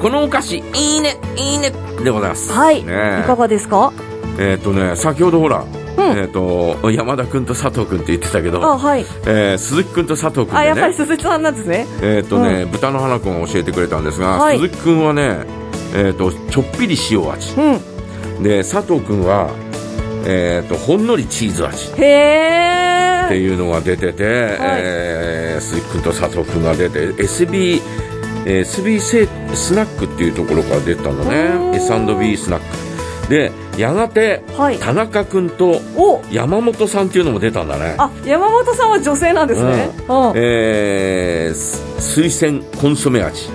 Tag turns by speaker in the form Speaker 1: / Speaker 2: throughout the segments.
Speaker 1: このお菓子いいねいいねでございます
Speaker 2: はい、
Speaker 1: ね
Speaker 2: いかがですか
Speaker 1: えーっ、とね先ほどほら、
Speaker 2: うん
Speaker 1: えーっ、と山田君と佐藤君って言ってたけ
Speaker 2: あ
Speaker 1: ど、
Speaker 2: はい
Speaker 1: えー鈴木君と佐藤君
Speaker 2: あ
Speaker 1: で
Speaker 2: やっぱり
Speaker 1: ね
Speaker 2: 鈴木さんなんですね
Speaker 1: えーっ、とね、豚の花君が教えてくれたんですが、
Speaker 2: はい
Speaker 1: 鈴木君はねえーっ、とちょっぴり塩味
Speaker 2: うん
Speaker 1: で佐藤君はえーっ、とほんのりチーズ味
Speaker 2: へえ
Speaker 1: っていうのが出てて、えー鈴木君と佐藤君が出て SB, SB セスナックっていうところから出たの
Speaker 2: おー
Speaker 1: ね S&B スナックでやがて
Speaker 2: はい
Speaker 1: 田中君と
Speaker 2: お
Speaker 1: 山本さんっていうのも出たんだね、
Speaker 2: あ山本さんは女性なんですねうん
Speaker 1: えーす水仙コンソメ味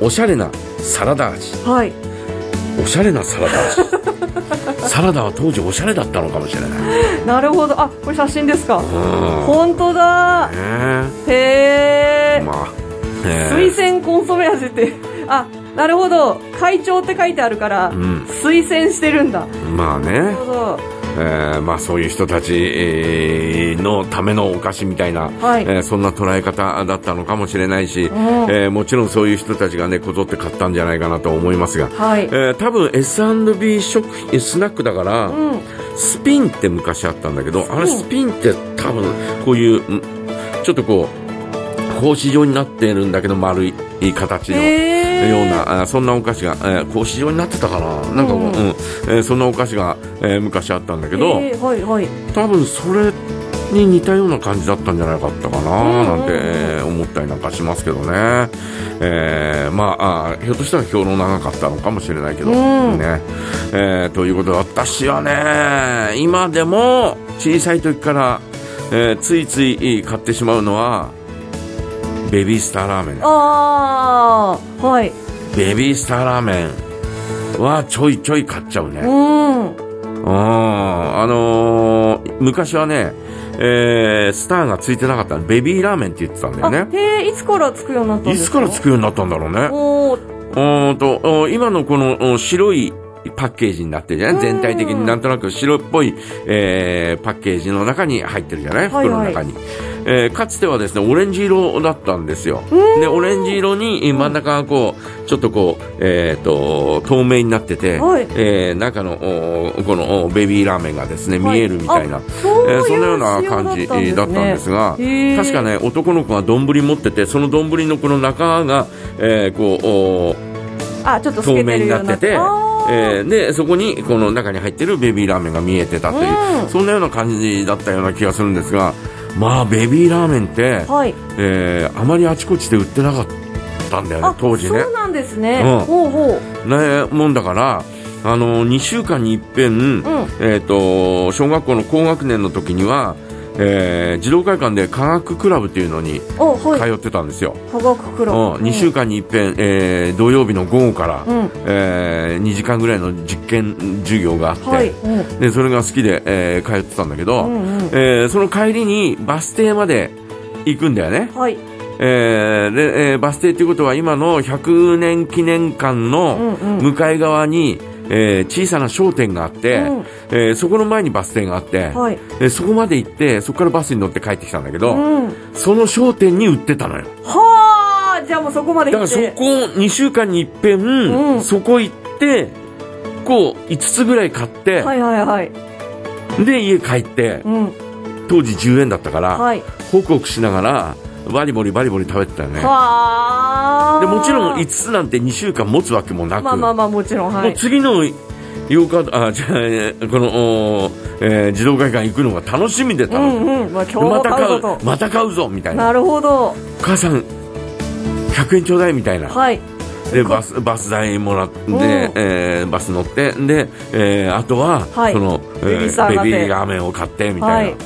Speaker 2: うん
Speaker 1: おしゃれなサラダ味
Speaker 2: はい
Speaker 1: おしゃれなサラ ダ味サラダは当時おしゃれだったのかもしれない、
Speaker 2: なるほどあこれ写真ですか
Speaker 1: うん
Speaker 2: 本当だ
Speaker 1: ね
Speaker 2: へえ
Speaker 1: まあね
Speaker 2: 水仙コンソメ味って あなるほど会長って書いてあるから、
Speaker 1: ん
Speaker 2: 推薦してるんだ
Speaker 1: まあね
Speaker 2: なるほど
Speaker 1: えーまあ、そういう人たちえーのためのお菓子みたいな、
Speaker 2: はい
Speaker 1: えーそんな捉え方だったのかもしれないし、
Speaker 2: ん
Speaker 1: えーもちろんそういう人たちがねこぞって買ったんじゃないかなと思いますが、
Speaker 2: はい、
Speaker 1: えー多分 S&B 食品スナックだから、
Speaker 2: うん
Speaker 1: スピンって昔あったんだけどあれ
Speaker 2: ス
Speaker 1: スピンって多分こういうんちょっとこう格子状になってるんだけど丸い形の。
Speaker 2: へー
Speaker 1: ようなあそんなお菓子が、えー、格子状になってたかななんかこう、
Speaker 2: うん
Speaker 1: うんえーそんなお菓子が、えー昔あったんだけど、
Speaker 2: へーはいはい
Speaker 1: 多分それに似たような感じだったんじゃないかったかな
Speaker 2: うんうんうん
Speaker 1: なんて、えー思ったりなんかしますけどね、えーまああーひょっとしたら評論長かったのかもしれないけど、
Speaker 2: うん
Speaker 1: ねえーということで私はね今でも小さい時から、えーついつい買ってしまうのはベビースターラーメン
Speaker 2: ああはい
Speaker 1: ベビースターラーメンはちょいちょい買っちゃうね。
Speaker 2: うん
Speaker 1: あーあのー昔はね、えースターがついてなかったベビーラーメンって言ってたんだよ
Speaker 2: あ
Speaker 1: ね。
Speaker 2: へえいつからつくようになった
Speaker 1: い
Speaker 2: んです
Speaker 1: つ
Speaker 2: か
Speaker 1: からつくようになったんだろうね。
Speaker 2: おー
Speaker 1: うーんと、お今のこのお白いパッケージになってるじゃない全体的になんとなく白っぽい、えーパッケージの中に入ってるじゃない
Speaker 2: はい
Speaker 1: 袋
Speaker 2: は
Speaker 1: の
Speaker 2: い
Speaker 1: 中に。えーかつてはですね、オレンジ色だったんですよ。で、オレンジ色にえー真ん中がこう、ちょっとこう、えっ、と、透明になってて、
Speaker 2: はい
Speaker 1: えー中の、おこのおベビーラーメンがですね、見えるみたいな。
Speaker 2: あそう
Speaker 1: え
Speaker 2: いう
Speaker 1: ーそんなよう
Speaker 2: 仕
Speaker 1: な
Speaker 2: 様
Speaker 1: 感じだったんですが、
Speaker 2: へー
Speaker 1: 確かね、男の子が丼持ってて、その丼のこの中が、えーこう、お
Speaker 2: あちょっと透
Speaker 1: 透
Speaker 2: け
Speaker 1: 明
Speaker 2: てる
Speaker 1: に
Speaker 2: よ
Speaker 1: な
Speaker 2: う
Speaker 1: っ
Speaker 2: にな
Speaker 1: てて、え
Speaker 2: あー
Speaker 1: ーで、そこにこの中に入ってるベビーラーメンが見えてたという、
Speaker 2: うん
Speaker 1: そんなような感じだったような気がするんですが、まあ、ベビーラーメンって、
Speaker 2: はい
Speaker 1: えーあまりあちこちで売ってなかったんだよ
Speaker 2: あ
Speaker 1: ね、当時ね
Speaker 2: そう。なんですね、
Speaker 1: うん
Speaker 2: ほうほう
Speaker 1: ね、もんだから、あの、2週間に一遍、えっ、と、小学校の高学年の時には、えー児童会館で科学クラブっていうのに
Speaker 2: あはい
Speaker 1: 通ってたんですよ。
Speaker 2: 科学クラブ
Speaker 1: うん、2週間に一遍、えー土曜日の午後から、
Speaker 2: うん
Speaker 1: え2時間ぐらいの実験授業があって、
Speaker 2: はい、うん
Speaker 1: でそれが好きで、えー通ってたんだけど、
Speaker 2: うんうん
Speaker 1: えーその帰りにバス停まで行くんだよね、
Speaker 2: はい
Speaker 1: えーでえーバス停ということは今の100年記念館の
Speaker 2: うんうん
Speaker 1: 向かい側に、えー小さな商店があって、
Speaker 2: うん
Speaker 1: えーそこの前にバス停があって、
Speaker 2: はい
Speaker 1: でそこまで行ってそこからバスに乗って帰ってきたんだけど、
Speaker 2: うん
Speaker 1: その商店に売ってたのよ。
Speaker 2: はあじゃあもうそこまで
Speaker 1: だか
Speaker 2: 行
Speaker 1: らそ
Speaker 2: って
Speaker 1: こ2週間に一遍、
Speaker 2: うん
Speaker 1: そこ行ってこう5つぐらい買って、
Speaker 2: はいはいはい
Speaker 1: で家帰って
Speaker 2: うん
Speaker 1: 当時10円だったから、
Speaker 2: はい
Speaker 1: ホクホクしながらバリボリバリボリ食べてたよね
Speaker 2: はあ
Speaker 1: でもちろん5つなんて2週間持つわけもなく、
Speaker 2: まあまあまあもちろんは
Speaker 1: もう
Speaker 2: い
Speaker 1: 次の8日あじゃあえーこのおー、えー、児童会館行くのが楽しみで
Speaker 2: う
Speaker 1: 楽しみ、
Speaker 2: んうんまあ今日
Speaker 1: でま
Speaker 2: も
Speaker 1: た
Speaker 2: 買う
Speaker 1: 買
Speaker 2: ぞ
Speaker 1: う
Speaker 2: と、
Speaker 1: また買うぞみたいな
Speaker 2: なるほど
Speaker 1: 母さん100円ちょうだいみたいな、
Speaker 2: はい
Speaker 1: でバスバス代もらって、
Speaker 2: ん
Speaker 1: えーバス乗ってで、えーあとは、
Speaker 2: はい
Speaker 1: その
Speaker 2: ベビースターラテ
Speaker 1: ベビーラーメンを買ってみたいな、
Speaker 2: はい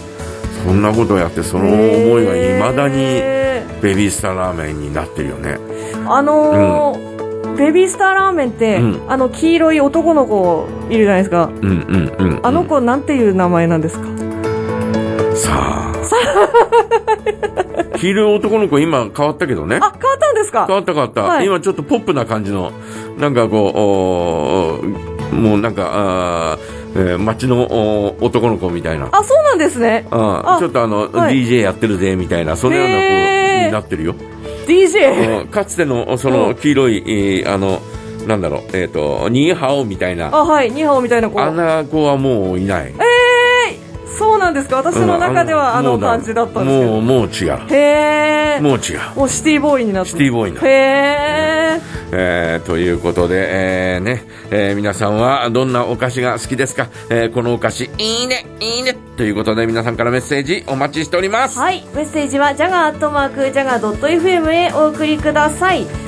Speaker 1: そんなことをやってその思いがいまだに
Speaker 2: へ
Speaker 1: ベビースターラーメンになってるよね
Speaker 2: ーあのーベビースターラーメンって、
Speaker 1: う
Speaker 2: あの黄色い男の子いるじゃないですか
Speaker 1: うんうんうんうん
Speaker 2: あの子なんていう名前なんですか、
Speaker 1: さあ着る男の子今変わったけどね
Speaker 2: あ変わったんですか
Speaker 1: 変わった変わった、
Speaker 2: はい
Speaker 1: 今ちょっとポップな感じのなんかこうおーもうなんかあー、えー街のおー男の子みたいな
Speaker 2: あそうなんですね
Speaker 1: あ
Speaker 2: あ
Speaker 1: ちょっとあの、
Speaker 2: はい
Speaker 1: DJ やってるぜみたいなそのような
Speaker 2: へー
Speaker 1: 子になってるよ
Speaker 2: DJ
Speaker 1: うんかつてのそうの
Speaker 2: ん
Speaker 1: 黄色い、えーあのなんだろうえっ、とニーハオみたいな
Speaker 2: あはいニーハオみたいな子
Speaker 1: あんな子はもういない
Speaker 2: そうなんですか私の中ではあ
Speaker 1: も
Speaker 2: の
Speaker 1: うだ
Speaker 2: 感じだったんですけ
Speaker 1: もうもう違う
Speaker 2: どへえ
Speaker 1: もう違う
Speaker 2: もうシティボーイになって
Speaker 1: シティボーイな
Speaker 2: へえ
Speaker 1: えーということで、えーねえー皆さんはどんなお菓子が好きですか、えーこのお菓子いいねいいねということで皆さんからメッセージお待ちしております
Speaker 3: はいメッセージはジャガーアットマークジャガー .fm へお送りください